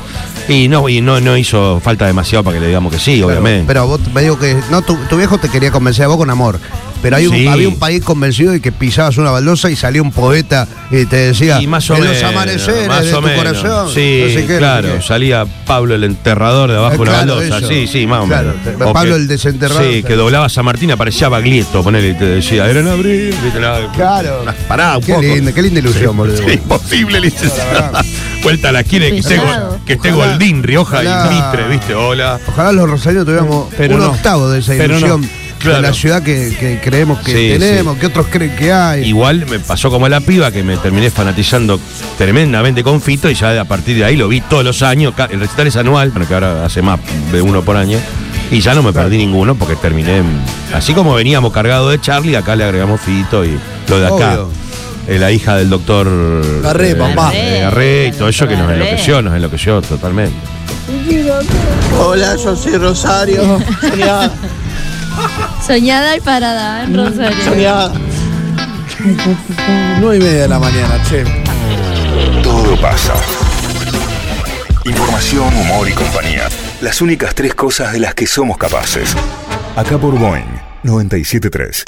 Speaker 3: Y no, y no, no hizo falta demasiado para que le digamos que sí, obviamente.
Speaker 6: Pero vos me digo que. No, tu, tu viejo te quería convencer a vos con amor. Pero hay un-
Speaker 3: Sí.
Speaker 6: había un país convencido de que pisabas una baldosa y salía un poeta y te decía
Speaker 3: Y más o
Speaker 6: "En
Speaker 3: menos.
Speaker 6: los amaneceres
Speaker 3: más
Speaker 6: de
Speaker 3: o
Speaker 6: tu
Speaker 3: menos.
Speaker 6: corazón.
Speaker 3: Sí,
Speaker 6: no sé qué, no
Speaker 3: claro.
Speaker 6: sé qué.
Speaker 3: Salía Pablo el enterrador de abajo de una
Speaker 6: Eh, claro,
Speaker 3: baldosa.
Speaker 6: eso.
Speaker 3: Sí, sí, más o
Speaker 6: Claro,
Speaker 3: menos.
Speaker 6: te-
Speaker 3: O
Speaker 6: Pablo el desenterrador.
Speaker 3: Sí, que doblaba San Martín, aparecía Baglietto, ponele, y te decía, era en abril. viste, nada.
Speaker 6: Claro.
Speaker 3: Pará un
Speaker 6: Qué
Speaker 3: poco.
Speaker 6: linda, qué linda ilusión, boludo.
Speaker 3: Sí, imposible, le dices. Vuelta a la esquina y que esté,
Speaker 5: Pesado.
Speaker 3: Gol- que esté
Speaker 6: Ojalá.
Speaker 3: Goldín, Rioja
Speaker 6: Ojalá.
Speaker 3: y Mitre, ¿viste? Hola.
Speaker 6: Ojalá los rosarios tuviéramos
Speaker 2: Pero
Speaker 6: un
Speaker 2: no.
Speaker 6: octavo de esa
Speaker 2: Pero
Speaker 6: ilusión
Speaker 2: no.
Speaker 6: de la
Speaker 3: Claro.
Speaker 6: ciudad que, que creemos que
Speaker 3: Sí,
Speaker 6: tenemos, que otros creen que hay.
Speaker 3: Igual me pasó como a la piba que me terminé fanatizando tremendamente con Fito y ya a partir de ahí lo vi todos los años. ca- El recital es anual, bueno, que ahora hace más de uno por año. Y ya no me perdí ninguno porque terminé. en- Así como veníamos cargado de Charlie, acá le agregamos Fito y lo de acá.
Speaker 6: Obvio.
Speaker 3: eh, la hija del doctor.
Speaker 2: Garré, papá.
Speaker 3: eh, Garré y todo eso que nos enloqueció, nos enloqueció totalmente.
Speaker 11: Hola, yo soy Rosario. Soñada,
Speaker 5: Soñada y parada en Rosario.
Speaker 11: soñada.
Speaker 2: 9 y media de la mañana, che.
Speaker 1: Todo pasa. Información, humor y compañía. Las únicas tres cosas de las que somos capaces. Acá por Boeing 973.